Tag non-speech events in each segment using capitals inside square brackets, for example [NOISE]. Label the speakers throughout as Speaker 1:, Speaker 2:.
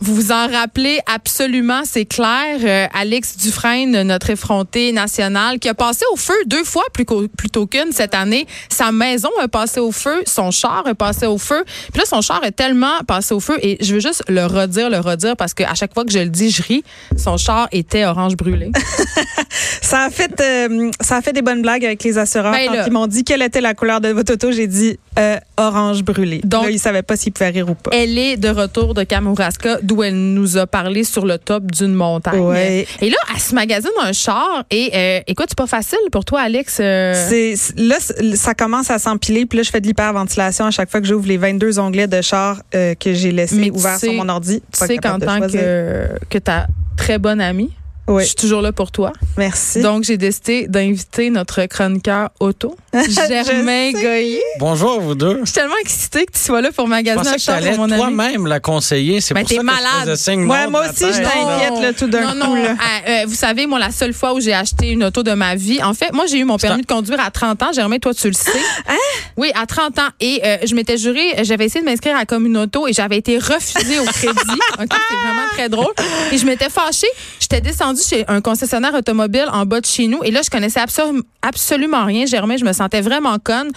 Speaker 1: vous vous en rappelez absolument, c'est clair. Euh, Alex Dufresne, notre effronté national, qui a passé au feu deux fois plus qu'au- plutôt qu'une cette année. Sa maison a passé au feu, son char a passé au feu. Puis là, son char a tellement passé au feu, et je veux juste le redire, le redire, parce qu'à chaque fois que je le dis, je ris. Son char était orange brûlé.
Speaker 2: Ça a fait, euh, ça a fait des bonnes blagues avec les assureurs.
Speaker 1: Ben là.
Speaker 2: quand ils m'ont dit quelle était la couleur de votre auto, j'ai dit euh, orange brûlé.
Speaker 1: Donc-
Speaker 2: Donc, là, ils savaient pas s'ils pouvaient rire ou pas.
Speaker 1: Elle est de retour de Kamouraska, d'où elle nous a parlé sur le top d'une montagne.
Speaker 2: Ouais.
Speaker 1: Et là, elle se magasine un char. Et euh, écoute, c'est pas facile pour toi, Alex. euh,
Speaker 2: C'est- c'est- là, c'est- ça commence à s'empiler. Puis là, je fais de l'hyperventilation à chaque fois que j'ouvre les 22 onglets de char euh, que j'ai
Speaker 1: Mais
Speaker 2: laissés
Speaker 1: tu
Speaker 2: ouverts
Speaker 1: sais-
Speaker 2: sur mon ordi.
Speaker 1: tu
Speaker 2: Pas
Speaker 1: sais qu'en
Speaker 2: capable de
Speaker 1: tant
Speaker 2: choisir.
Speaker 1: que, que ta très bonne amie,
Speaker 2: Oui,
Speaker 1: je suis toujours là pour toi.
Speaker 2: merci.
Speaker 1: Donc, j'ai décidé d'inviter notre chroniqueur
Speaker 2: [LAUGHS]
Speaker 1: auto, Germain
Speaker 2: Je sais.
Speaker 1: Goyer.
Speaker 3: Bonjour, vous deux.
Speaker 1: Je suis tellement excitée que tu sois là pour
Speaker 3: Je
Speaker 1: magasiner
Speaker 3: pensais
Speaker 1: un
Speaker 3: que tu
Speaker 1: char pour
Speaker 3: allais
Speaker 1: mon ami.
Speaker 3: toi-même la conseiller. C'est
Speaker 1: Ben,
Speaker 3: pour
Speaker 1: t'es
Speaker 3: ça que
Speaker 1: malade.
Speaker 3: je faisais signe
Speaker 2: Ouais,
Speaker 3: non
Speaker 2: moi
Speaker 3: de la
Speaker 2: aussi,
Speaker 3: tête.
Speaker 2: je t'inquiète là, tout d'un
Speaker 1: Non,
Speaker 2: coup.
Speaker 1: non.
Speaker 2: là.
Speaker 1: ah, euh, vous savez, moi, la seule fois où j'ai acheté une auto de ma vie, en fait, moi, j'ai eu mon
Speaker 3: C'est
Speaker 1: permis
Speaker 3: un-
Speaker 1: de conduire à 30 ans. Germain, toi, tu le
Speaker 2: [LAUGHS]
Speaker 1: sais. Oui, à 30 ans. Et euh, je m'étais juré, j'avais essayé de m'inscrire à comme une auto et j'avais été refusée au crédit. [LAUGHS] OK, c'est vraiment très drôle. Et je m'étais fâchée. J'étais descendue chez un concessionnaire automobile en bas de chez nous. Et là, je connaissais absolu- absolument rien, Germain. Je me sentais vraiment conne.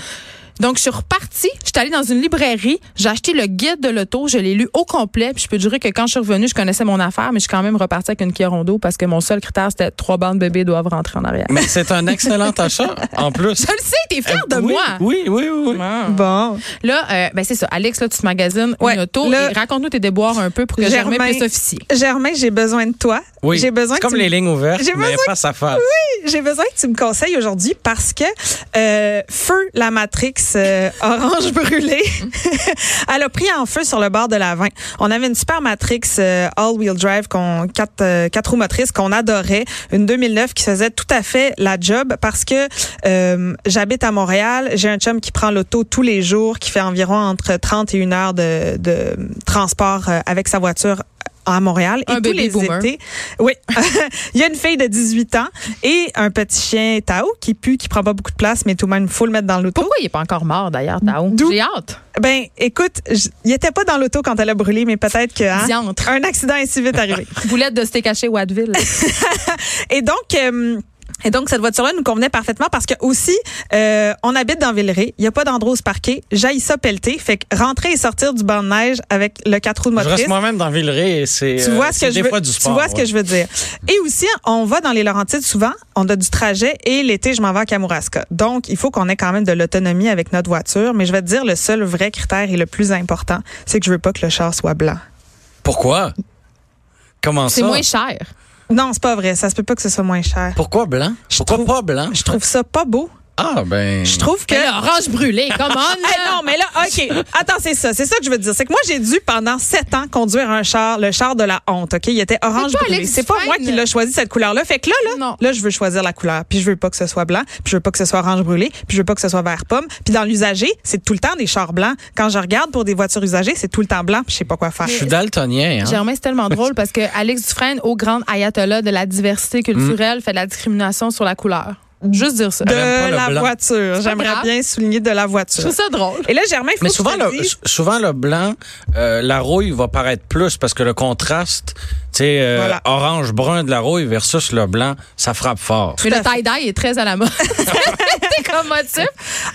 Speaker 1: Donc, je suis repartie. Je suis allée dans une librairie. J'ai acheté le guide de l'auto. Je l'ai lu au complet. Puis, je peux te jurer que quand je suis revenue, je connaissais mon affaire, mais je suis quand même repartie avec une Kia Rondo parce que mon seul critère, c'était trois bandes bébés doivent rentrer en arrière.
Speaker 3: Mais c'est un excellent achat,
Speaker 2: [LAUGHS]
Speaker 3: en plus.
Speaker 1: Je le sais, t'es fière de
Speaker 3: Euh, oui,
Speaker 1: moi.
Speaker 3: Oui, oui, oui. oui.
Speaker 1: Ah.
Speaker 2: Bon.
Speaker 1: Là, euh, ben c'est ça. Alex, là, tu te magasines
Speaker 2: Ouais,
Speaker 1: une auto.
Speaker 2: là-
Speaker 1: et Raconte-nous tes déboires un peu pour que Germain
Speaker 2: Germain-
Speaker 1: puisse officier.
Speaker 2: Germain, j'ai besoin de toi.
Speaker 3: Oui.
Speaker 2: J'ai besoin
Speaker 3: C'est
Speaker 2: que tu
Speaker 3: comme
Speaker 2: me-
Speaker 3: les lignes ouvertes,
Speaker 2: J'ai
Speaker 3: mais
Speaker 2: besoin
Speaker 3: face à face.
Speaker 2: [LAUGHS] j'ai besoin que tu me conseilles aujourd'hui parce que euh, feu la Matrix euh, orange [LAUGHS] brûlée, elle a pris en feu sur le bord de la 20. On avait une super Matrix euh, all-wheel drive, qu'on, quatre, euh, quatre roues motrices qu'on adorait, une 2009 qui faisait tout à fait la job parce que euh, j'habite à Montréal, j'ai un chum qui prend l'auto tous les jours, qui fait environ entre 30 et 1 heure de, de transport euh, avec sa voiture à Montréal et
Speaker 1: Un
Speaker 2: tous
Speaker 1: baby
Speaker 2: les
Speaker 1: boomer.
Speaker 2: étés. Oui, [LAUGHS] il y a une fille de 18 ans et un petit chien Tao qui pue, qui prend pas beaucoup de place, mais tout de même, faut le mettre dans l'auto.
Speaker 1: Pourquoi il est pas encore mort, d'ailleurs, Tao?
Speaker 2: D'où-
Speaker 1: J'ai hâte.
Speaker 2: Ben, écoute, j- il était pas dans l'auto quand elle a brûlé, mais peut-être que hein, Ah.
Speaker 1: Diantre.
Speaker 2: un accident est si vite arrivé.
Speaker 1: Boulette de steak caché
Speaker 2: [LAUGHS]
Speaker 1: Watteville.
Speaker 2: Et donc. euh, et donc, cette voiture-là nous convenait parfaitement parce que aussi, euh, on habite dans Villeray. Il n'y a pas d'endroit où se parquer. J'aille ça pelleter. Fait que rentrer et sortir du banc de neige avec le quatre roues de
Speaker 3: Je reste
Speaker 2: motrice.
Speaker 3: moi-même dans Villeray et c'est
Speaker 2: Tu
Speaker 3: euh,
Speaker 2: vois ce
Speaker 3: c'est
Speaker 2: que je
Speaker 3: des
Speaker 2: veux,
Speaker 3: fois du sport.
Speaker 2: tu vois ce que je veux dire. Et aussi, on va dans les Laurentides souvent, on a du trajet et l'été, je m'en vais à Kamouraska. Donc, il faut qu'on ait quand même de l'autonomie avec notre voiture. Mais je vais te dire, le seul vrai critère et le plus important, c'est que je veux pas que le char soit blanc.
Speaker 3: Pourquoi? Comment
Speaker 1: C'est
Speaker 3: ça?
Speaker 1: moins cher.
Speaker 2: Non, c'est pas vrai. Ça se peut pas que ce soit moins cher.
Speaker 3: Pourquoi blanc? Pourquoi
Speaker 2: trouve-
Speaker 3: pas blanc?
Speaker 2: Je trouve ça pas beau.
Speaker 3: Ah, ben.
Speaker 2: Je trouve que
Speaker 1: Que l'orange brûlé,
Speaker 2: [LAUGHS]
Speaker 1: come on!
Speaker 2: Hey, Ah, non, mais là, OK. Attends, c'est ça. C'est ça que je veux te dire. C'est que moi, j'ai dû pendant sept ans conduire un char, le char de la honte. OK? Il était orange
Speaker 1: C'est pas
Speaker 2: brûlé.
Speaker 1: Alex
Speaker 2: C'est pas
Speaker 1: Dufresne.
Speaker 2: moi qui l'ai choisi, cette couleur-là. Fait que là, là,
Speaker 1: Non.
Speaker 2: là, je veux choisir la couleur. Puis je veux pas que ce soit blanc. Puis je veux pas que ce soit orange brûlé. Puis je veux pas que ce soit vert pomme. Puis dans l'usager, c'est tout le temps des chars blancs. Quand je regarde pour des voitures usagées, c'est tout le temps blanc. Puis je sais pas quoi faire.
Speaker 3: Je suis daltonien. Hein?
Speaker 1: Germain, c'est tellement drôle parce que Alex Dufresne, au grand ayatollah de la diversité culturelle, fait de la discrimination sur la couleur. Juste dire ça.
Speaker 3: De- J'aime pas
Speaker 2: Mm. De
Speaker 3: le
Speaker 2: la
Speaker 3: blanc.
Speaker 2: voiture.
Speaker 1: grave.
Speaker 2: J'aimerais bien souligner de la
Speaker 1: Je
Speaker 2: voiture.
Speaker 1: trouve ça drôle.
Speaker 2: Et là, Germain, il faut
Speaker 3: Mais
Speaker 2: que
Speaker 3: souvent,
Speaker 2: tu te
Speaker 3: le,
Speaker 2: dises-
Speaker 3: souvent, le blanc, euh, la rouille va paraître plus parce que le contraste, tu sais, euh,
Speaker 2: Voilà.
Speaker 3: orange-brun de la rouille versus le blanc, ça frappe fort.
Speaker 1: Mais le
Speaker 2: à fait.
Speaker 1: tie-dye est très à la
Speaker 2: [LAUGHS]
Speaker 1: mode. c'est comme motif.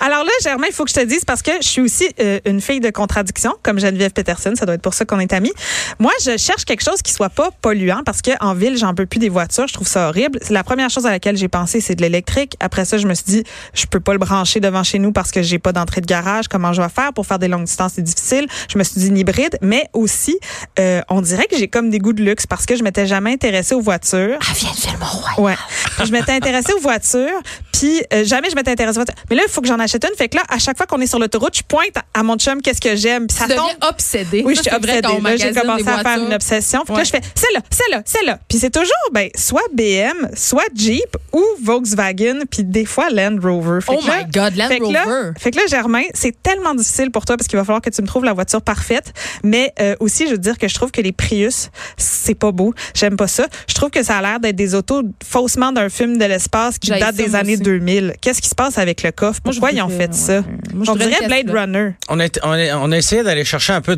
Speaker 2: Alors là, Germain, il faut que je te dise parce que je suis aussi euh, une fille de contradiction, comme Geneviève Peterson. Ça doit être pour ça qu'on est amis. Moi, je cherche quelque chose qui soit pas polluant parce que en ville, j'en peux plus des voitures. Je trouve ça horrible. C'est La première chose à laquelle j'ai pensé, c'est de l'électrique. Après ça, je me suis dit, je peux pas le brancher devant chez nous parce que j'ai pas d'entrée de garage. Comment je vais faire pour faire des longues distances C'est difficile. Je me suis dit une hybride, mais aussi, euh, on dirait que j'ai comme des goûts de luxe parce que je m'étais jamais intéressée aux voitures.
Speaker 1: Ah, viens, c'est le roi.
Speaker 2: Ouais. Puis je m'étais intéressée aux voitures, puis euh, jamais je m'étais intéressée aux voitures. Mais là, il faut que j'en achète une. Fait que là, à chaque fois qu'on est sur l'autoroute, je pointe à mon chum qu'est-ce que j'aime. Puis
Speaker 1: Tu
Speaker 2: ça tombe.
Speaker 1: deviens obsédé.
Speaker 2: Oui,
Speaker 1: Ça,
Speaker 2: je suis
Speaker 1: c'est vrai
Speaker 2: obsédée.
Speaker 1: qu'on
Speaker 2: Là, j'ai
Speaker 1: magasine
Speaker 2: commencé
Speaker 1: des
Speaker 2: à faire
Speaker 1: voitures.
Speaker 2: une obsession. Fait que là,
Speaker 1: Ouais.
Speaker 2: je fais celle-là, celle-là, celle-là. Puis c'est toujours, ben, soit BM, soit Jeep ou Volkswagen. Volkswagen, puis des fois Land Rover. Fait
Speaker 1: Oh
Speaker 2: que là-
Speaker 1: my God, Land
Speaker 2: fait que là-
Speaker 1: Rover.
Speaker 2: fait que là, Germain, c'est tellement difficile pour toi parce qu'il va falloir que tu me trouves la voiture parfaite. Mais euh, aussi, je veux dire que je trouve que les Prius, c'est pas beau. J'aime pas ça. Je trouve que ça a l'air d'être des autos faussement d'un film de l'espace qui
Speaker 1: J'haïs
Speaker 2: date
Speaker 1: ça,
Speaker 2: des
Speaker 1: moi
Speaker 2: années
Speaker 1: aussi.
Speaker 2: 2000. Qu'est-ce qui se passe avec le coffre?
Speaker 1: Moi, je
Speaker 2: Pourquoi ils ont
Speaker 1: voudrais-
Speaker 2: fait ça?
Speaker 1: ouais. Moi, je
Speaker 2: On
Speaker 1: voudrais
Speaker 2: dirait
Speaker 1: une
Speaker 2: Blade
Speaker 1: Tesla.
Speaker 2: Runner.
Speaker 3: On a, été- on a- on a essayé d'aller chercher un peu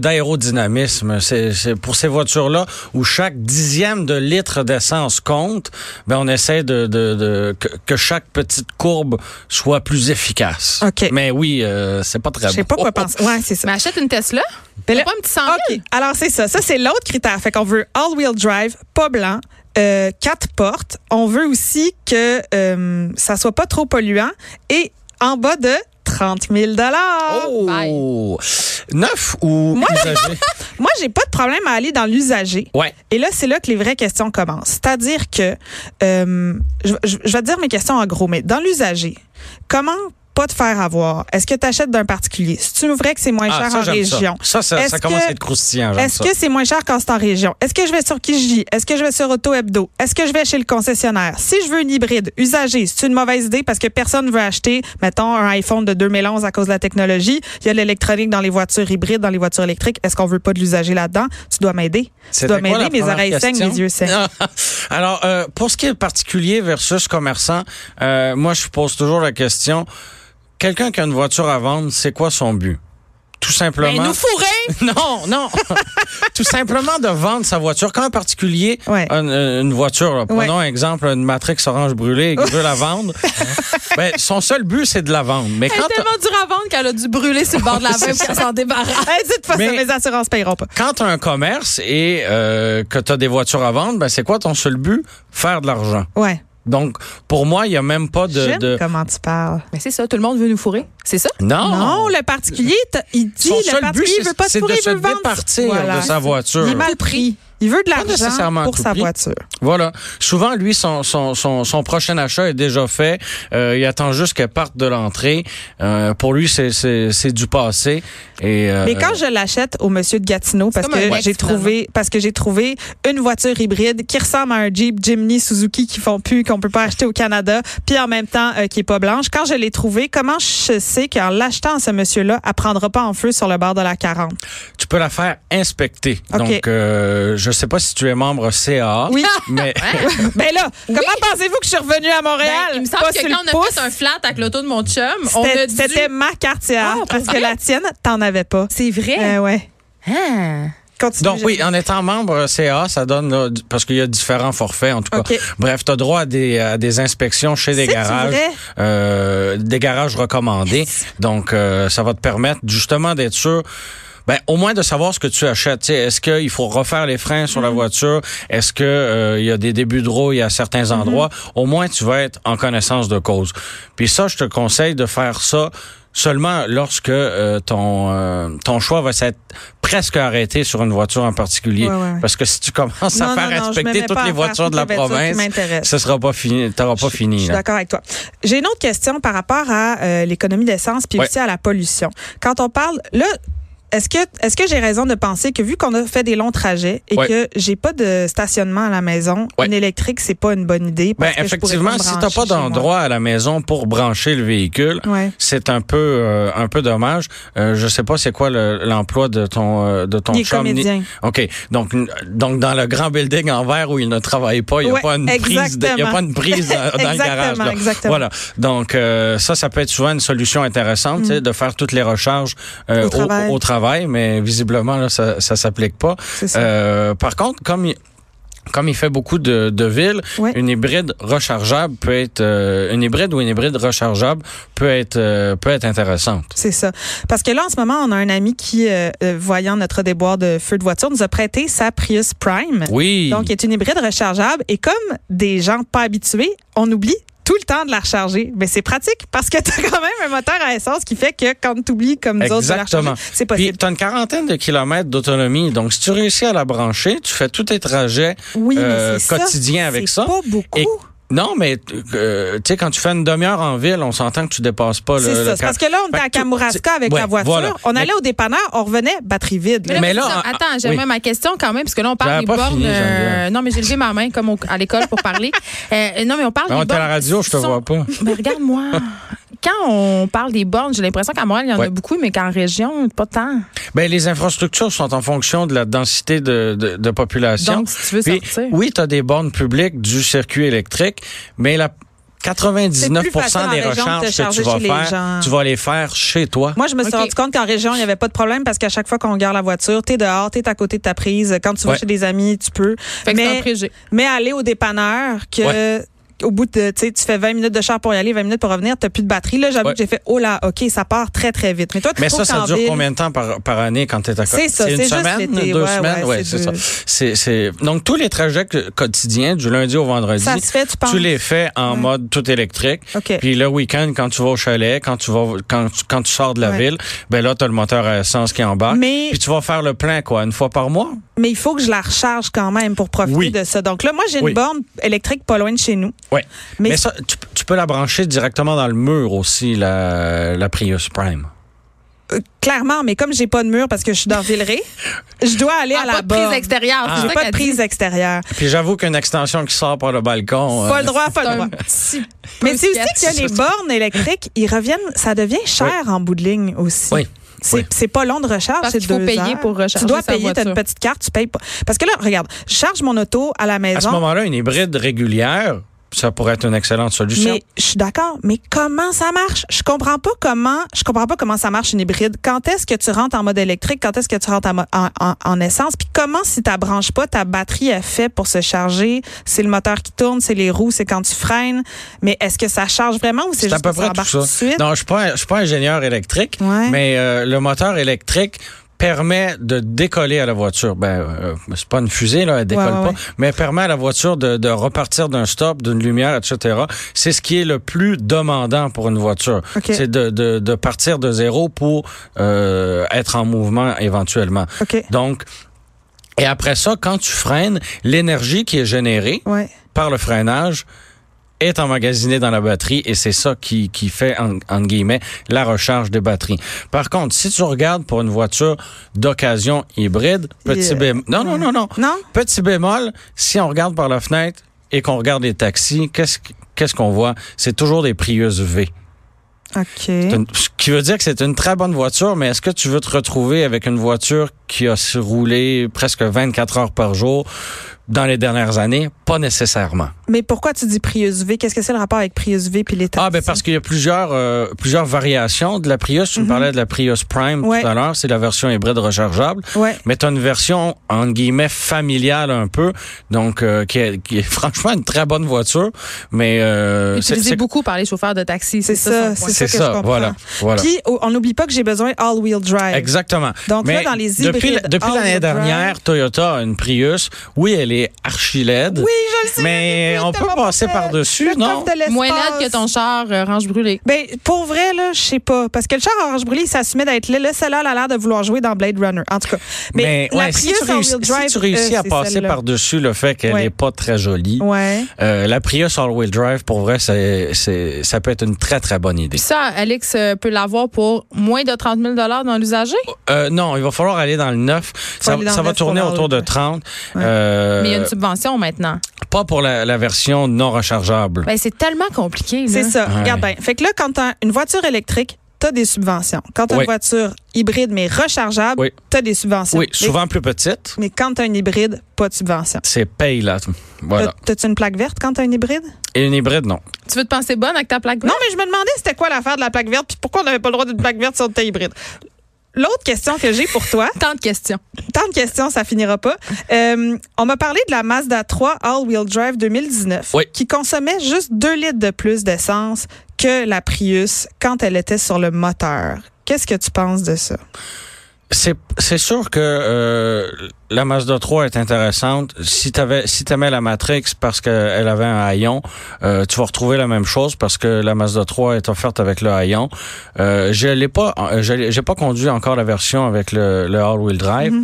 Speaker 3: d'aérodynamisme C'est- c'est pour ces voitures-là où chaque dixième de litre d'essence compte. Ben on essaie de, de- de- que, que chaque petite courbe soit plus efficace.
Speaker 2: OK.
Speaker 3: Mais oui, euh, c'est pas très
Speaker 2: Je sais pas
Speaker 3: beau.
Speaker 2: quoi penser. Ouais, c'est ça.
Speaker 1: Mais achète une Tesla.
Speaker 2: Mais
Speaker 1: T'as
Speaker 2: Ben là-
Speaker 1: pas un petit 100
Speaker 2: OK. Alors, c'est ça. Ça, c'est l'autre critère. Fait qu'on veut all-wheel drive, pas blanc, euh, quatre portes. On veut aussi que euh, ça soit pas trop polluant et en bas de 30 000
Speaker 3: Oh! Neuf ou usagé?
Speaker 2: Moi, j'ai pas de problème à aller dans l'usager.
Speaker 3: Ouais.
Speaker 2: Et là, c'est là que les vraies questions commencent. C'est-à-dire que, euh, je, je- je vais te dire mes questions en gros, mais dans l'usager, comment pas te faire avoir? Est-ce que tu achètes d'un particulier? Si tu me vrai que c'est moins
Speaker 3: Ah,
Speaker 2: cher
Speaker 3: ça,
Speaker 2: en
Speaker 3: j'aime ça.
Speaker 2: région.
Speaker 3: Ça, ça, ça
Speaker 2: Est-ce
Speaker 3: commence
Speaker 2: que-
Speaker 3: à être croustillant. Ah, j'aime
Speaker 2: Est-ce
Speaker 3: ça.
Speaker 2: que c'est moins cher quand c'est en région? Est-ce que je vais sur Kijiji? Est-ce que je vais sur Auto Hebdo? Est-ce que je vais chez le concessionnaire? Si je veux une hybride, usagée, c'est une mauvaise idée parce que personne ne veut acheter, mettons, un iPhone de 2011 à cause de la technologie. Il y a de l'électronique dans les voitures hybrides, dans les voitures électriques. Est-ce qu'on veut pas de l'usager là-dedans? Tu dois m'aider. Tu
Speaker 3: C'était
Speaker 2: dois
Speaker 3: quoi la
Speaker 2: m'aider. Mes
Speaker 3: première
Speaker 2: oreilles
Speaker 3: question?
Speaker 2: saignent, mes yeux saignent.
Speaker 3: [LAUGHS] Alors, euh, pour ce qui est particulier versus commerçant, euh, moi, je pose toujours la question, quelqu'un qui a une voiture à vendre, c'est quoi son but? Tout
Speaker 1: Ben,
Speaker 3: simplement...
Speaker 1: nous fourrer.
Speaker 3: Non, non. [LAUGHS] Tout simplement de vendre sa voiture. Quand un particulier
Speaker 2: Ouais.
Speaker 3: a une, euh, une voiture, là, prenons un exemple, une Matrix orange brûlée et qu'il veut
Speaker 2: [LAUGHS]
Speaker 3: la vendre, ben, son seul but, c'est de la vendre. Mais
Speaker 1: Elle
Speaker 3: quand
Speaker 1: est tellement dure à vendre qu'elle a dû brûler sur le bord de [LAUGHS] la veine pour qu'elle s'en débarrasse.
Speaker 2: [LAUGHS] Hey, dites pas
Speaker 3: Mais-
Speaker 2: ça, mes assurances paieront pas.
Speaker 3: quand tu as un commerce et euh, que tu as des voitures à vendre, ben, c'est quoi ton seul but? Faire de l'argent.
Speaker 2: Ouais.
Speaker 3: Donc, pour moi, il n'y a même pas de...
Speaker 2: J'aime
Speaker 3: de-
Speaker 2: comment tu parles.
Speaker 1: Mais c'est ça, tout le monde veut nous fourrer. C'est ça?
Speaker 3: Non.
Speaker 2: Non, le particulier, t- il dit,
Speaker 3: Son
Speaker 2: le
Speaker 3: seul
Speaker 2: particulier
Speaker 3: but, c'est-
Speaker 2: veut pas se
Speaker 3: c'est de
Speaker 2: fourrer, il
Speaker 3: se
Speaker 2: veut vendre.
Speaker 3: départir
Speaker 2: Voilà.
Speaker 3: de sa voiture.
Speaker 2: Il est mal pris. Il veut de l'argent
Speaker 3: nécessairement
Speaker 2: pour
Speaker 3: tout
Speaker 2: sa
Speaker 3: pris.
Speaker 2: voiture.
Speaker 3: Voilà. Souvent, lui, son, son, son, son prochain achat est déjà fait. Euh, il attend juste qu'elle parte de l'entrée. Euh, pour lui, c'est, c'est, c'est du passé. Et, euh,
Speaker 2: Mais quand je l'achète au monsieur de Gatineau parce
Speaker 1: comme un
Speaker 2: que
Speaker 1: mec,
Speaker 2: j'ai trouvé parce que j'ai trouvé une voiture hybride qui ressemble à un Jeep Jimny Suzuki qui font plus qu'on peut pas acheter au Canada puis en même temps euh, qui est pas blanche quand je l'ai trouvée comment je sais qu'en l'achetant à ce monsieur là elle prendra pas en feu sur le bord de la 40
Speaker 3: tu peux la faire inspecter.
Speaker 2: Ok.
Speaker 3: Donc, euh, je sais pas si tu es membre CA.
Speaker 2: [LAUGHS] Oui.
Speaker 3: Mais
Speaker 2: Mais Ben là comment pensez-vous que je suis revenue à Montréal
Speaker 1: Ben, il me
Speaker 2: Pas
Speaker 1: semble que
Speaker 2: sur le
Speaker 1: quand on a
Speaker 2: pouce.
Speaker 1: fait un flat avec l'auto de mon chum, on a
Speaker 2: C'était-
Speaker 1: dû...
Speaker 2: c'était ma quartière
Speaker 1: Ah,
Speaker 2: parce que la tienne t'en avais pas
Speaker 1: C'est vrai?
Speaker 2: Euh, ouais
Speaker 1: Ah.
Speaker 2: Continue,
Speaker 3: Donc oui,
Speaker 2: Jeff.
Speaker 3: en étant membre CA, ça donne là, du- parce qu'il y a différents forfaits en tout cas.
Speaker 2: OK.
Speaker 3: Bref, tu as droit à des, à des inspections chez des
Speaker 2: C'est-tu
Speaker 3: garages,
Speaker 2: vrai?
Speaker 3: euh, des garages recommandés. Donc euh, ça va te permettre justement d'être sûr. Ben, au moins de savoir ce que tu achètes. Tu sais, Est-ce qu'il faut refaire les freins
Speaker 2: Mm-hmm.
Speaker 3: sur la voiture? Est-ce que euh, il y a des débuts de rouille à certains
Speaker 2: Mm-hmm.
Speaker 3: endroits? Au moins, tu vas être en connaissance de cause. Puis ça, je te conseille de faire ça seulement lorsque euh, ton, euh, ton choix va s'être presque arrêté sur une voiture en particulier.
Speaker 2: Ouais, ouais, ouais.
Speaker 3: Parce que si tu commences à
Speaker 2: Non,
Speaker 3: faire
Speaker 2: non, non, je me
Speaker 3: inspecter
Speaker 2: mets
Speaker 3: toutes
Speaker 2: pas
Speaker 3: les
Speaker 2: à faire
Speaker 3: voitures de la
Speaker 2: toutes les voitures qui
Speaker 3: province,
Speaker 2: m'intéressent.
Speaker 3: ce sera pas fini. T'auras pas
Speaker 2: Je
Speaker 3: fini. hein.
Speaker 2: suis
Speaker 3: là.
Speaker 2: d'accord avec toi. J'ai une autre question par rapport à euh, l'économie d'essence puis
Speaker 3: Ouais.
Speaker 2: aussi à la pollution. Quand on parle là est-ce que est-ce que j'ai raison de penser que vu qu'on a fait des longs trajets et
Speaker 3: Ouais.
Speaker 2: que j'ai pas de stationnement à la maison,
Speaker 3: Ouais.
Speaker 2: une électrique c'est pas une bonne idée
Speaker 3: Ben,
Speaker 2: parce que je pourrais
Speaker 3: effectivement,
Speaker 2: pas me
Speaker 3: si t'as
Speaker 2: brancher
Speaker 3: pas
Speaker 2: chez moi.
Speaker 3: d'endroit à la maison pour brancher le véhicule,
Speaker 2: Ouais.
Speaker 3: c'est un peu euh, un peu dommage. Euh, je sais pas c'est quoi le- l'emploi de ton euh, de ton
Speaker 2: Il est
Speaker 3: chum, ni-
Speaker 2: comédien.
Speaker 3: OK. Donc n- donc dans le grand building en verre où il ne travaille pas, il n'y a
Speaker 2: Ouais,
Speaker 3: pas une prise de- il y a
Speaker 2: exactement.
Speaker 3: pas une prise dans,
Speaker 2: [LAUGHS]
Speaker 3: dans le garage.
Speaker 2: Exactement,
Speaker 3: là.
Speaker 2: exactement.
Speaker 3: Voilà. Donc euh, ça ça peut être souvent une solution intéressante tu sais, de faire toutes les recharges euh,
Speaker 2: Mm. Au
Speaker 3: au,
Speaker 2: travail.
Speaker 3: au travail, mais visiblement là ça ça s'applique pas.
Speaker 2: C'est ça.
Speaker 3: Euh, par contre, comme il, comme il fait beaucoup de, de villes,
Speaker 2: Ouais.
Speaker 3: une hybride rechargeable peut être euh, une hybride ou une hybride rechargeable peut être euh, peut être intéressante.
Speaker 2: C'est ça. Parce que là, en ce moment, on a un ami qui, euh, euh, voyant notre déboire de feu de voiture, nous a prêté sa Prius Prime.
Speaker 3: Oui.
Speaker 2: Donc, qui est une hybride rechargeable. Et comme des gens pas habitués, on oublie tout le temps de la recharger. Mais c'est pratique parce que [LAUGHS] tu as quand même un moteur à essence qui fait que quand tu oublies comme nous autres de la recharger,
Speaker 3: Exactement.
Speaker 2: c'est
Speaker 3: Puis
Speaker 2: possible.
Speaker 3: tu as une quarantaine de kilomètres d'autonomie. Donc si tu réussis à la brancher, tu fais tous tes trajets
Speaker 2: oui, mais
Speaker 3: euh,
Speaker 2: c'est ça.
Speaker 3: quotidiens avec
Speaker 2: C'est
Speaker 3: ça.
Speaker 2: pas beaucoup.
Speaker 3: Et Non, mais euh, tu sais, quand tu fais une demi-heure en ville, on s'entend que tu dépasses pas le.
Speaker 2: C'est
Speaker 3: le
Speaker 2: ça. C'est
Speaker 3: quart-
Speaker 2: parce que là, on était
Speaker 3: Fait
Speaker 2: à
Speaker 3: que tout-
Speaker 2: Kamouraska
Speaker 3: c'est-
Speaker 2: avec
Speaker 3: ouais,
Speaker 2: la voiture.
Speaker 3: voilà.
Speaker 2: On
Speaker 3: Mais-
Speaker 2: allait au dépanneur, on revenait batterie vide.
Speaker 3: Mais là,
Speaker 1: ça,
Speaker 3: en-
Speaker 1: attends, j'avais
Speaker 3: oui.
Speaker 1: ma question quand même, parce que là, on parle
Speaker 3: J'avais
Speaker 1: des
Speaker 3: pas
Speaker 1: bornes.
Speaker 3: fini,
Speaker 1: euh,
Speaker 3: Geneviève.
Speaker 1: non, mais j'ai levé ma main comme au- à l'école pour parler. Euh, non, mais on parle
Speaker 3: Ben, on
Speaker 1: des
Speaker 3: est à
Speaker 1: bornes.
Speaker 3: la radio, je te
Speaker 1: qui sont-
Speaker 3: vois pas.
Speaker 1: Mais Ben, regarde-moi. Quand on parle des bornes, j'ai l'impression qu'à Montréal, il y en a
Speaker 3: Ouais.
Speaker 1: beaucoup, mais qu'en région, pas tant.
Speaker 3: Ben, les infrastructures sont en fonction de la densité de, de, de population.
Speaker 1: Donc, si tu veux
Speaker 3: Puis,
Speaker 1: sortir.
Speaker 3: Oui, tu as des bornes publiques du circuit électrique, mais la 99
Speaker 2: C'est plus facile en
Speaker 3: des
Speaker 2: région de te
Speaker 3: recharges que
Speaker 2: charger
Speaker 3: tu vas
Speaker 2: chez les gens.
Speaker 3: faire, tu vas les faire chez toi.
Speaker 2: Moi, je me suis
Speaker 1: Ok.
Speaker 2: rendu compte qu'en région, il n'y avait pas de problème parce qu'à chaque fois qu'on garde la voiture, t'es dehors, t'es à côté de ta prise. Quand tu vas
Speaker 3: Ouais.
Speaker 2: chez des amis, tu peux.
Speaker 1: Fait que c'est un
Speaker 2: mais,
Speaker 1: préjugé.
Speaker 2: mais aller au dépanneur que. Au bout de, tu sais, tu fais 20 minutes de char pour y aller, 20 minutes pour revenir, t'as plus de batterie. Là, j'avoue
Speaker 3: Ouais.
Speaker 2: que j'ai fait, oh là, OK, ça part très, très vite. Mais toi, tu
Speaker 3: Mais
Speaker 2: trouves
Speaker 3: ça, ça
Speaker 2: qu'en
Speaker 3: dure
Speaker 2: ville-
Speaker 3: combien de temps par, par année quand tu es à
Speaker 2: C'est ça,
Speaker 3: une
Speaker 2: c'est juste
Speaker 3: semaine,
Speaker 2: l'été,
Speaker 3: deux
Speaker 2: ouais,
Speaker 3: semaines,
Speaker 2: ouais,
Speaker 3: ouais,
Speaker 2: c'est
Speaker 3: c'est ça.
Speaker 2: deux.
Speaker 3: C'est, c'est- donc tous les trajets que- quotidiens du lundi au vendredi,
Speaker 2: Ça se fait, tu penses?
Speaker 3: tu les fais en mode tout électrique.
Speaker 2: OK.
Speaker 3: Puis le week-end, quand tu vas au chalet, quand tu vas quand tu, quand tu sors de la
Speaker 2: Ouais.
Speaker 3: ville, ben là, tu as le moteur à essence qui embarque.
Speaker 2: Mais-
Speaker 3: ah, Puis tu vas faire le plein, quoi, une fois par mois.
Speaker 2: mais il faut que je la recharge quand même pour profiter
Speaker 3: Oui.
Speaker 2: de ça. Donc là, moi, j'ai une
Speaker 3: Oui.
Speaker 2: borne électrique pas loin de chez nous.
Speaker 3: Oui.
Speaker 2: Mais-
Speaker 3: Mais, ça, tu, tu peux la brancher directement dans le mur aussi, la, la Prius Prime.
Speaker 2: Euh, clairement, mais comme j'ai pas de mur parce que je suis dans
Speaker 3: [LAUGHS]
Speaker 2: Villeray, je dois aller
Speaker 1: Ah,
Speaker 2: à
Speaker 1: pas
Speaker 2: la
Speaker 1: de
Speaker 2: borne.
Speaker 1: prise extérieure.
Speaker 3: Ah.
Speaker 1: c'est
Speaker 2: J'ai
Speaker 1: ça
Speaker 2: pas de
Speaker 1: qu'elle
Speaker 2: prise extérieure.
Speaker 3: Puis j'avoue qu'une extension qui sort par le balcon.
Speaker 2: Pas
Speaker 3: euh,
Speaker 2: le droit,
Speaker 1: dit.
Speaker 2: pas le
Speaker 1: C'est un
Speaker 2: droit.
Speaker 1: petit peu
Speaker 2: Mais c'est aussi
Speaker 1: sketch.
Speaker 2: que les bornes électriques, ils reviennent, ça devient cher en bout de ligne aussi.
Speaker 3: Oui.
Speaker 2: C'est
Speaker 3: Oui.
Speaker 2: c'est pas long de recharge,
Speaker 1: Parce
Speaker 2: c'est
Speaker 1: qu'il faut
Speaker 2: deux
Speaker 1: payer
Speaker 2: heures.
Speaker 1: pour recharger
Speaker 2: Tu dois
Speaker 1: sa
Speaker 2: payer, t'as une
Speaker 1: voiture.
Speaker 2: petite carte, tu payes pas. Parce que là, regarde, je charge mon auto à la
Speaker 3: À ce
Speaker 2: maison,
Speaker 3: moment-là, une hybride régulière, ça pourrait être une excellente solution.
Speaker 2: mais je suis d'accord, mais comment ça marche Je comprends pas comment, je comprends pas comment ça marche une hybride. Quand est-ce que tu rentres en mode électrique Quand est-ce que tu rentres en, mo- en, en- en essence Puis comment si tu branches pas, ta batterie est faite pour se charger C'est le moteur qui tourne, c'est les roues, c'est quand tu freines. Mais est-ce que ça charge vraiment ou c'est
Speaker 3: C'est à
Speaker 2: juste
Speaker 3: peu
Speaker 2: que ça
Speaker 3: près tout
Speaker 2: embarque
Speaker 3: ça.
Speaker 2: tout de suite
Speaker 3: Non, je suis pas, un- je suis pas ingénieur électrique,
Speaker 2: Ouais.
Speaker 3: mais euh, le moteur électrique permet de décoller à la voiture. Ben, euh, c'est pas une fusée, là, elle décolle
Speaker 2: ouais,
Speaker 3: pas,
Speaker 2: ouais.
Speaker 3: mais permet à la voiture de, de repartir d'un stop, d'une lumière, etc. C'est ce qui est le plus demandant pour une voiture.
Speaker 2: OK.
Speaker 3: C'est de, de, de partir de zéro pour euh, être en mouvement éventuellement.
Speaker 2: OK.
Speaker 3: Donc, et après ça, quand tu freines, l'énergie qui est générée,
Speaker 2: Ouais.
Speaker 3: par le freinage est emmagasiné dans la batterie et c'est ça qui, qui fait, en, entre guillemets, la recharge des batteries. Par contre, si tu regardes pour une voiture d'occasion hybride, petit
Speaker 2: Yeah.
Speaker 3: bémol... Non, non, non, non.
Speaker 2: Non?
Speaker 3: Petit bémol, si on regarde par la fenêtre et qu'on regarde les taxis, qu'est-ce qu- qu'est-ce qu'on voit? C'est toujours des Prius V.
Speaker 2: OK.
Speaker 3: C'est une- ce qui veut dire que c'est une très bonne voiture, mais est-ce que tu veux te retrouver avec une voiture qui a se roulé presque 24 heures par jour dans les dernières années? Pas nécessairement.
Speaker 2: Mais pourquoi tu dis Prius V? Qu'est-ce que c'est le rapport avec Prius V puis les
Speaker 3: Ah, ben parce qu'il y a plusieurs, euh, plusieurs variations de la Prius. Tu me parlais de la Prius Prime
Speaker 2: Mhm. Ouais.
Speaker 3: tout à l'heure. C'est la version hybride rechargeable.
Speaker 2: que... Ouais.
Speaker 3: Mais tu as une version, en guillemets, familiale un peu. Donc, euh, qui, est, qui est [LAUGHS] franchement une très bonne voiture. Mais euh, c'est-
Speaker 1: Utilisé
Speaker 3: c'est-
Speaker 1: beaucoup par les chauffeurs de taxi.
Speaker 2: C'est ça,
Speaker 1: son
Speaker 2: c'est
Speaker 1: point.
Speaker 2: ça
Speaker 3: c'est
Speaker 2: que je
Speaker 3: ça.
Speaker 2: comprends.
Speaker 3: Voilà. voilà.
Speaker 2: Puis, oh, on n'oublie pas que j'ai besoin all-wheel drive.
Speaker 3: Exactement.
Speaker 2: Donc là,
Speaker 3: Mais
Speaker 2: dans les
Speaker 3: depuis,
Speaker 2: hybrides,
Speaker 3: depuis l'année
Speaker 2: all-wheel drive-
Speaker 3: dernière, Toyota a une Prius. Oui, elle est archi laide.
Speaker 2: Oui, je le sais.
Speaker 3: mais
Speaker 2: j'ai vu,
Speaker 3: on
Speaker 2: t'as
Speaker 3: peut
Speaker 2: pas
Speaker 3: passer
Speaker 2: fait.
Speaker 3: par-dessus,
Speaker 2: Le
Speaker 3: non?
Speaker 2: coffre de l'espace.
Speaker 1: Moins laide que ton char euh, range brûlé.
Speaker 2: Ben, pour vrai, là, je sais pas. Parce que le char orange brûlé, il s'assumait d'être là. Là, celle-là, elle a l'air de vouloir jouer dans Blade Runner. En tout cas. Mais, la
Speaker 3: ouais, si,
Speaker 2: Prius
Speaker 3: tu réussis,
Speaker 2: all-wheel drive,
Speaker 3: si tu réussis
Speaker 2: euh,
Speaker 3: à
Speaker 2: c'est
Speaker 3: passer
Speaker 2: celle-là.
Speaker 3: par-dessus le fait qu'elle
Speaker 2: Ouais.
Speaker 3: n'est pas très jolie,
Speaker 2: Ouais.
Speaker 3: euh, la Prius all-wheel drive, pour vrai, c'est, c'est- ça peut être une très, très bonne idée.
Speaker 1: Puis ça, Alex euh, peut l'avoir pour moins de 30 000 dans l'usager.
Speaker 3: Euh, non, il va falloir aller dans le neuf. Ça,
Speaker 2: aller dans
Speaker 3: ça
Speaker 2: le
Speaker 3: va
Speaker 2: neuf
Speaker 3: tourner
Speaker 2: pour
Speaker 3: autour de
Speaker 2: l'all-wheel
Speaker 3: 30.
Speaker 2: Ouais.
Speaker 3: euh,
Speaker 1: Mais il y a une subvention maintenant.
Speaker 3: Pas pour la, la version non rechargeable.
Speaker 1: Ben, c'est tellement compliqué. là.
Speaker 2: C'est ça.
Speaker 3: Ouais.
Speaker 2: Regarde bien. Fait que là, quand t'as une voiture électrique, t'as des subventions. Quand t'as une
Speaker 3: Oui.
Speaker 2: voiture hybride mais rechargeable,
Speaker 3: Oui.
Speaker 2: t'as des subventions.
Speaker 3: oui,
Speaker 2: Mais-
Speaker 3: souvent plus petite.
Speaker 2: Mais quand t'as une hybride, pas de subvention.
Speaker 3: C'est paye, là. Voilà.
Speaker 2: T'as- T'as-tu une plaque verte quand t'as une hybride?
Speaker 1: Euh,
Speaker 3: Et une hybride, non.
Speaker 1: Tu veux te penser bonne avec ta plaque
Speaker 2: Non,
Speaker 1: verte?
Speaker 2: mais je me demandais c'était quoi l'affaire de la plaque verte puis pourquoi on n'avait pas le droit d'une plaque verte si on était hybride. L'autre question que j'ai pour toi,
Speaker 1: Tant de questions.
Speaker 2: tant de questions, ça finira pas. Euh, on m'a parlé de la Mazda 3 All-Wheel Drive 2019
Speaker 3: Oui.
Speaker 2: qui consommait juste 2 litres de plus d'essence que la Prius quand elle était sur le moteur. Qu'est-ce que tu penses de ça?
Speaker 3: C'est, c'est sûr que euh, la Mazda 3 est intéressante. Si t'avais, si t'aimais la Matrix parce qu'elle avait un haillon, euh, tu vas retrouver la même chose parce que la Mazda 3 est offerte avec le haillon. Euh, je l'ai pas, euh, je l'ai- j'ai pas conduit encore la version avec le, le all-wheel drive.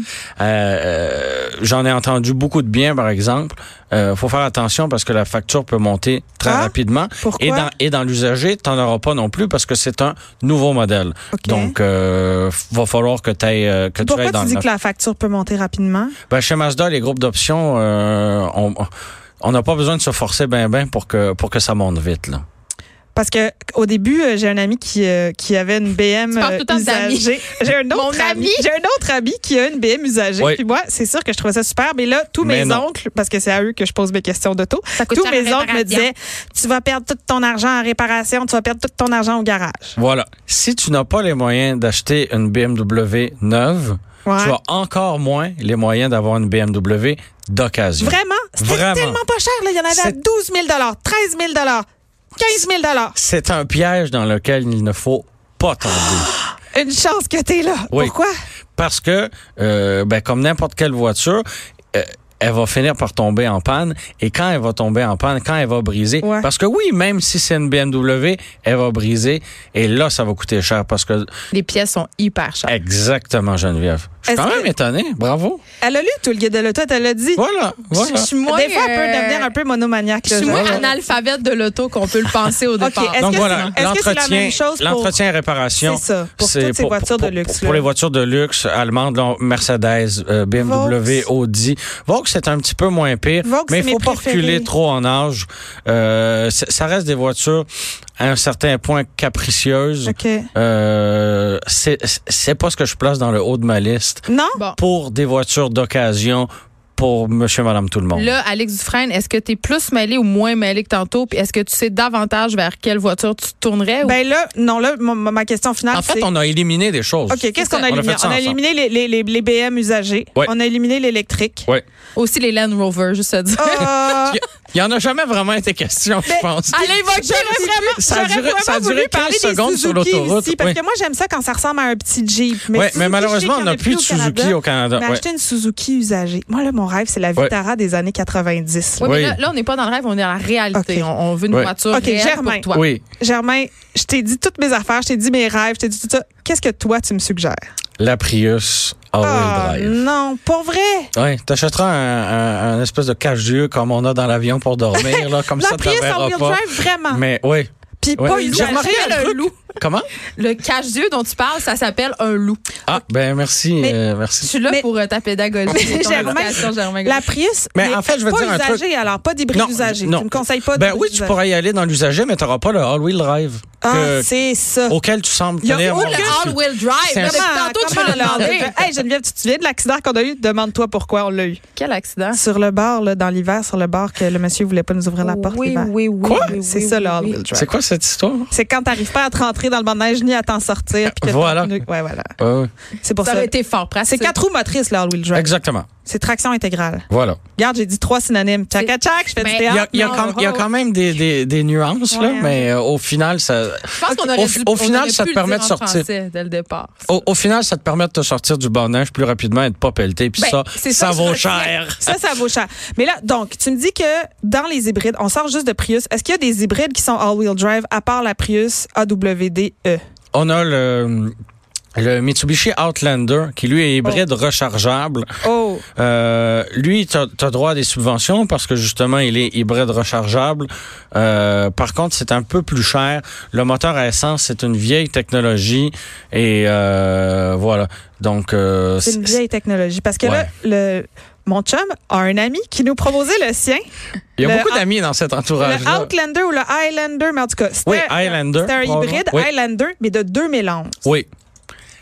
Speaker 3: Euh, euh, j'en ai entendu beaucoup de bien, par exemple. Euh, faut faire attention parce que la facture peut monter très
Speaker 2: Ah,
Speaker 3: rapidement.
Speaker 2: pourquoi?
Speaker 3: Et dans, et dans l'usager, t'en auras pas non plus parce que c'est un nouveau modèle.
Speaker 2: OK.
Speaker 3: Donc, euh, va falloir que t'ailles, euh, que tu
Speaker 2: Pourquoi
Speaker 3: ailles dans
Speaker 2: tu
Speaker 3: le
Speaker 2: dis
Speaker 3: neuf.
Speaker 2: que la facture peut monter rapidement?
Speaker 3: Ben, chez Mazda, les groupes d'options, euh, on on n'a pas besoin de se forcer ben ben pour que pour que ça monte vite là.
Speaker 2: Parce que au début, euh, j'ai un ami qui, euh, qui avait une BM
Speaker 1: Tu parles
Speaker 2: euh,
Speaker 1: tout le temps d'amis.
Speaker 2: usagée. J'ai un
Speaker 1: Mon
Speaker 2: autre ami,
Speaker 1: ami.
Speaker 2: j'ai un autre ami qui a une BM usagée.
Speaker 3: Oui.
Speaker 2: Puis moi, c'est sûr que je trouvais ça super. Mais là, tous
Speaker 3: Mais
Speaker 2: mes
Speaker 3: non.
Speaker 2: oncles, parce que c'est à eux que je pose mes questions d'auto,
Speaker 1: Ça coûte
Speaker 2: tous
Speaker 1: cher
Speaker 2: mes
Speaker 1: la
Speaker 2: oncles me
Speaker 1: réparation.
Speaker 2: disaient, tu vas perdre tout ton argent en réparation, tu vas perdre tout ton argent au garage.
Speaker 3: Voilà. Si tu n'as pas les moyens d'acheter une BMW neuve,
Speaker 2: Ouais.
Speaker 3: tu as encore moins les moyens d'avoir une BMW d'occasion.
Speaker 2: Vraiment? C'était
Speaker 3: Vraiment.
Speaker 2: tellement pas cher. Là. Il y en avait à
Speaker 3: C'est-
Speaker 2: 12 000 13 000 15 000
Speaker 3: C'est un piège dans lequel il ne faut pas tomber.
Speaker 2: Une chance que t'es là.
Speaker 3: Oui.
Speaker 2: Pourquoi?
Speaker 3: parce que, euh, ben, comme n'importe quelle voiture, euh, elle va finir par tomber en panne. Et quand elle va tomber en panne, quand elle va briser,
Speaker 2: Ouais.
Speaker 3: parce que oui, même si c'est une BMW, elle va briser. Et là, ça va coûter cher parce que,
Speaker 1: Les pièces sont hyper chères.
Speaker 3: exactement, Geneviève. Je suis
Speaker 2: Est-ce
Speaker 3: quand
Speaker 2: que-
Speaker 3: même étonné. Bravo.
Speaker 2: [LAUGHS] Elle a lu tout le guide de l'auto, elle l'a dit.
Speaker 3: Voilà, voilà.
Speaker 1: Je suis moins,
Speaker 2: Des fois, elle peut
Speaker 1: euh,
Speaker 2: devenir un peu monomaniaque.
Speaker 1: Je
Speaker 2: là,
Speaker 1: suis moins
Speaker 2: genre.
Speaker 1: analphabète de l'auto qu'on peut le penser au départ.
Speaker 2: est-ce
Speaker 3: Donc
Speaker 2: que
Speaker 3: voilà,
Speaker 2: c'est- est-ce que c'est la
Speaker 3: l'entretien,
Speaker 2: même chose pour-
Speaker 3: l'entretien et réparation.
Speaker 2: C'est ça, pour toutes ces voitures de luxe,
Speaker 3: Pour,
Speaker 2: là.
Speaker 3: les voitures de luxe allemandes, là, Mercedes, euh, BMW, Audi. Vaux, c'est un petit peu moins pire,
Speaker 2: Vaux,
Speaker 3: mais il
Speaker 2: c'est
Speaker 3: faut
Speaker 2: mes
Speaker 3: pas
Speaker 2: préférés.
Speaker 3: reculer trop en âge. Euh, c'est- ça reste des voitures à un certain point capricieuses.
Speaker 2: OK.
Speaker 3: Euh, c'est c'est pas ce que je place dans le haut de ma liste
Speaker 2: Non?
Speaker 1: Bon.
Speaker 3: pour des voitures d'occasion pour monsieur madame tout le monde.
Speaker 1: Là, Alex Dufresne, est-ce que tu es plus mêlé ou moins mêlé que tantôt? Puis est-ce que tu sais davantage vers quelle voiture tu te tournerais? ou-
Speaker 2: Ben là, non, là, ma, ma question finale,
Speaker 3: en fait,
Speaker 2: c'est-
Speaker 3: on a éliminé des choses.
Speaker 2: OK, qu'est-ce qu'on a
Speaker 3: On a fait
Speaker 2: éliminé?
Speaker 3: ça
Speaker 2: on a
Speaker 3: ensemble.
Speaker 2: éliminé les, les, les, les BM usagés.
Speaker 3: Ouais.
Speaker 2: On a éliminé l'électrique.
Speaker 3: Ouais.
Speaker 1: Aussi les Land Rover, juste à dire.
Speaker 2: [LAUGHS]
Speaker 3: [LAUGHS]
Speaker 2: Ah,
Speaker 3: Il n'y en a jamais vraiment été question, je
Speaker 2: Mais- ah,
Speaker 3: pense.
Speaker 1: Allez, va
Speaker 2: J'aurais vraiment,
Speaker 3: Ça a
Speaker 2: j'aurais
Speaker 3: duré-
Speaker 2: vraiment
Speaker 3: ça a duré
Speaker 2: voulu
Speaker 3: 15
Speaker 2: parler des
Speaker 3: secondes sur
Speaker 2: Suzuki
Speaker 3: l'autoroute,
Speaker 2: ici, parce
Speaker 3: oui.
Speaker 2: que moi, j'aime ça quand ça ressemble à un petit Jeep. Mais,
Speaker 3: Ouais,
Speaker 2: Suzuki,
Speaker 3: mais malheureusement,
Speaker 2: je sais
Speaker 3: on
Speaker 2: qu'il y en
Speaker 3: n'a
Speaker 2: a
Speaker 3: plus de
Speaker 2: au Canada.
Speaker 3: Suzuki au Canada.
Speaker 2: Mais
Speaker 3: ouais.
Speaker 2: acheter une Suzuki usagée. Moi, là, mon rêve, c'est la
Speaker 3: Ouais.
Speaker 2: Vitara des années 90. là.
Speaker 1: Ouais, mais
Speaker 3: Oui.
Speaker 1: là, là, on n'est pas dans le rêve, on est dans la réalité.
Speaker 2: Ok.
Speaker 1: On, on veut une
Speaker 3: Ouais.
Speaker 1: voiture
Speaker 2: Ok,
Speaker 1: réelle
Speaker 2: Germain.
Speaker 1: pour toi.
Speaker 3: Oui,
Speaker 2: Germain, je t'ai dit toutes mes affaires, je t'ai dit mes rêves, je t'ai dit tout ça. Qu'est-ce que toi, tu me suggères?
Speaker 3: la Prius
Speaker 2: Ah,
Speaker 3: All-Wheel Drive.
Speaker 2: non, pour vrai.
Speaker 3: Oui, t'achèteras un, un- un espèce de cache-dieu comme on a dans l'avion pour dormir, là, comme
Speaker 2: La
Speaker 3: ça,
Speaker 2: Prius
Speaker 3: t'en
Speaker 2: en
Speaker 3: verras
Speaker 2: wheel
Speaker 3: pas.
Speaker 2: drive, hein. vraiment.
Speaker 3: Mais oui.
Speaker 2: Puis
Speaker 3: Ouais.
Speaker 2: pas
Speaker 3: J'ai
Speaker 2: usagé.
Speaker 3: remarqué un
Speaker 1: le
Speaker 3: truc.
Speaker 1: loup.
Speaker 3: Comment?
Speaker 1: Le cache-dieu dont tu parles, ça s'appelle un loup.
Speaker 3: Ah, ben merci,
Speaker 2: Mais-
Speaker 3: euh,
Speaker 1: Je
Speaker 3: merci.
Speaker 1: suis là
Speaker 2: Mais-
Speaker 1: pour euh, ta pédagogie.
Speaker 2: Mais
Speaker 1: ton
Speaker 2: Germain-
Speaker 1: éducation, Germain
Speaker 2: La Prius,
Speaker 3: Mais en fait, je veux
Speaker 2: pas
Speaker 3: dire un
Speaker 2: usagée, alors pas d'hybride
Speaker 3: Non,
Speaker 2: usagé.
Speaker 3: non.
Speaker 2: Tu me conseilles pas
Speaker 3: Ben
Speaker 2: d'hybride
Speaker 3: oui, tu
Speaker 2: usagé.
Speaker 3: pourrais y aller dans l'usager, mais t'auras pas le All-Wheel Drive
Speaker 2: Ah,
Speaker 3: que-
Speaker 2: c'est ça.
Speaker 3: auquel tu sembles
Speaker 2: Il y a
Speaker 3: tenir.
Speaker 1: Ou
Speaker 3: mon
Speaker 1: le
Speaker 3: Dieu.
Speaker 1: all-wheel drive.
Speaker 3: C'est
Speaker 1: Là,
Speaker 3: un-
Speaker 1: depuis tantôt, tu me
Speaker 2: Comment
Speaker 1: l'as
Speaker 2: on l'a
Speaker 1: demandé.
Speaker 2: enlevé? Hey, Geneviève, tu te souviens de l'accident qu'on a eu? Demande-toi pourquoi on l'a eu.
Speaker 1: Quel accident.
Speaker 2: Sur le bar, là, dans l'hiver, sur le bar, que le monsieur voulait pas nous ouvrir la porte
Speaker 1: oui,
Speaker 2: l'hiver.
Speaker 1: oui, oui.
Speaker 3: Quoi?
Speaker 1: oui,
Speaker 2: C'est
Speaker 1: oui,
Speaker 2: ça,
Speaker 1: oui,
Speaker 2: le
Speaker 1: oui.
Speaker 2: all-wheel drive.
Speaker 3: C'est quoi cette histoire?
Speaker 2: C'est quand t'arrives pas à te rentrer dans le banc de neige ni à t'en sortir. puis que
Speaker 3: Voilà.
Speaker 2: ton pneu- Ouais, voilà.
Speaker 3: Euh,
Speaker 2: C'est pour
Speaker 1: Ça
Speaker 2: ça.
Speaker 1: aurait été fort pratique.
Speaker 2: C'est quatre roues motrices, le all-wheel drive.
Speaker 3: exactement.
Speaker 2: C'est traction intégrale.
Speaker 3: Voilà.
Speaker 2: Regarde, j'ai dit trois synonymes. Tchac,
Speaker 1: C'est-
Speaker 2: tchac, je fais
Speaker 1: Mais-
Speaker 2: du
Speaker 3: Il y
Speaker 2: théâtre.
Speaker 3: a, il y a
Speaker 1: Non,
Speaker 3: quand, il y a
Speaker 1: oh.
Speaker 3: quand même des, des, des nuances, là,
Speaker 2: Ouais.
Speaker 3: mais euh, au final, ça.
Speaker 1: Je pense qu'on aurait
Speaker 3: Au
Speaker 1: dû-
Speaker 3: fi- au
Speaker 1: on
Speaker 3: final,
Speaker 1: aurait
Speaker 3: ça
Speaker 1: pu
Speaker 3: te
Speaker 1: le
Speaker 3: permet
Speaker 1: dire
Speaker 3: de
Speaker 1: en
Speaker 3: sortir.
Speaker 1: français dès le départ.
Speaker 3: Au, au final, ça te permet de te sortir du bandage plus rapidement et de pas pelleter. Puis
Speaker 2: oh,
Speaker 1: Ben,
Speaker 3: ça,
Speaker 1: c'est
Speaker 3: ça,
Speaker 1: ça que je
Speaker 3: vaut
Speaker 1: retiens.
Speaker 3: cher.
Speaker 2: Ça, ça vaut cher. Mais là, donc, tu me dis que dans les hybrides, on sort juste de Prius. Est-ce qu'il y a des hybrides qui sont all-wheel drive à part la Prius AWDE?
Speaker 3: On a le, le Mitsubishi Outlander qui, lui, est hybride rechargeable.
Speaker 2: Oh,
Speaker 3: Euh, lui, tu as, droit à des subventions parce que, justement, il est hybride rechargeable. Euh, par contre, c'est un peu plus cher. Le moteur à essence, c'est une vieille technologie. Et euh, voilà. Donc, euh,
Speaker 2: c'est une vieille technologie. Parce que là,
Speaker 3: Ouais.
Speaker 2: le, mon chum a un ami qui nous proposait le sien,
Speaker 3: il y a
Speaker 2: le
Speaker 3: beaucoup
Speaker 2: Out-
Speaker 3: d'amis dans cet
Speaker 2: le
Speaker 3: entourage-là.
Speaker 2: Outlander ou le Highlander, mais en tout cas, c'était
Speaker 3: Oui, Highlander,
Speaker 2: c'était un
Speaker 3: probablement.
Speaker 2: hybride
Speaker 3: Oui.
Speaker 2: Highlander, mais de 2011.
Speaker 3: Oui.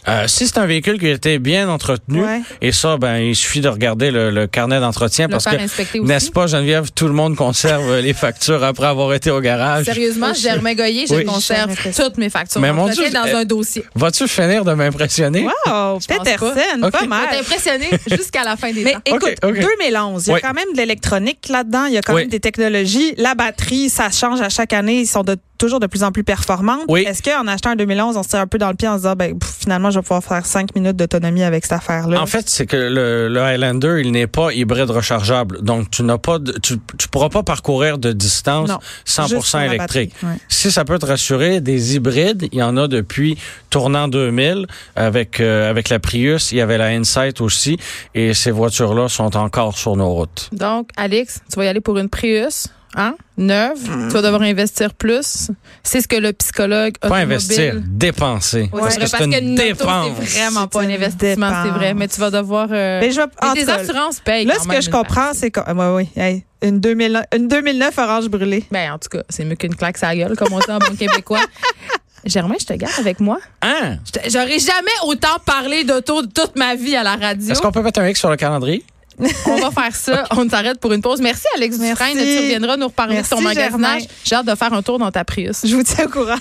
Speaker 3: Euh, si c'est un véhicule qui a été bien entretenu,
Speaker 2: Ouais.
Speaker 3: et ça, ben, il suffit de regarder le, le carnet d'entretien
Speaker 1: Le
Speaker 3: parce
Speaker 1: faire
Speaker 3: que,
Speaker 1: inspecter
Speaker 3: n'est-ce
Speaker 1: aussi.
Speaker 3: pas, Geneviève, tout le monde conserve [LAUGHS] les factures après avoir été au garage.
Speaker 1: Sérieusement, Germain Goyer, je
Speaker 3: Ah, Oui.
Speaker 1: conserve
Speaker 2: Jamais fait ça.
Speaker 1: toutes mes factures.
Speaker 3: Mais
Speaker 1: Je
Speaker 3: mon
Speaker 1: le
Speaker 3: Dieu,
Speaker 1: tiens dans
Speaker 3: euh,
Speaker 1: un dossier.
Speaker 3: Vas-tu finir de m'impressionner?
Speaker 2: Wow, Peterson,
Speaker 3: pas.
Speaker 2: pas
Speaker 3: Hein? Ok.
Speaker 1: Je
Speaker 2: mal.
Speaker 1: vais
Speaker 3: [LAUGHS]
Speaker 1: t'impressionner jusqu'à la fin des
Speaker 2: Mais
Speaker 1: temps.
Speaker 2: écoute,
Speaker 3: ah, ok.
Speaker 2: 2011, il y a
Speaker 3: Oui.
Speaker 2: quand même de l'électronique là-dedans, il y a quand
Speaker 3: Oui.
Speaker 2: même des technologies, la batterie, ça change à chaque année, ils sont de toujours de plus en plus performantes.
Speaker 3: Oui.
Speaker 2: Est-ce qu'en achetant un 2011, on se tire un peu dans le pied en se disant, ben, pff, finalement, je vais pouvoir faire 5 minutes d'autonomie avec cette affaire-là?
Speaker 3: En fait, c'est que le, le Highlander, il n'est pas hybride rechargeable. Donc, tu n'as pas, de- tu, tu pourras pas parcourir de distance
Speaker 2: Non, juste sur
Speaker 3: 100%
Speaker 2: la
Speaker 3: électrique.
Speaker 2: batterie, ouais.
Speaker 3: Si ça peut te rassurer, des hybrides, il y en a depuis tournant 2000 avec euh, avec la Prius, il y avait la Insight aussi, et ces voitures-là sont encore sur nos routes.
Speaker 1: Donc, Alex, tu vas y aller pour une Prius, hein, neuve. Tu vas devoir investir plus. C'est ce que le psychologue
Speaker 3: Hmm. Pas
Speaker 1: automobile-
Speaker 3: investir, dépenser.
Speaker 1: Ouais,
Speaker 3: Parce
Speaker 1: c'est
Speaker 3: que
Speaker 1: vrai,
Speaker 3: c'est une,
Speaker 1: qu'une auto,
Speaker 3: dépense.
Speaker 1: C'est vraiment pas un
Speaker 2: C'est une
Speaker 1: investissement, c'est vrai.
Speaker 2: dépense.
Speaker 1: Mais tu vas devoir. euh,
Speaker 2: Mais je vais- en
Speaker 1: mais
Speaker 2: tout
Speaker 1: les
Speaker 2: cas,
Speaker 1: assurances payent.
Speaker 2: Là,
Speaker 1: quand
Speaker 2: ce
Speaker 1: même
Speaker 2: que je
Speaker 1: une
Speaker 2: comprends, c'est que. ouais, oui, hey, une, 2000 une 2009 orange brûlée.
Speaker 1: Ben, en tout cas, c'est mieux qu'une claque sa gueule, comme on dit en bon québécois. [LAUGHS] Germain, je te garde avec moi.
Speaker 3: Hein?
Speaker 1: Je te- J'aurais jamais autant parlé d'auto de toute ma vie à la radio.
Speaker 3: Est-ce qu'on peut mettre un X sur le calendrier?
Speaker 1: On va faire [LAUGHS] ça. On s'arrête pour une pause. Merci, Alex
Speaker 2: Merci.
Speaker 1: Dufresne. Tu reviendras nous reparler de ton
Speaker 2: Merci,
Speaker 1: magasinage.
Speaker 2: Germain.
Speaker 1: J'ai hâte de faire un tour dans ta Prius.
Speaker 2: Je vous tiens au courant.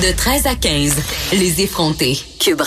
Speaker 4: De 13 à 15, les effrontés. Cube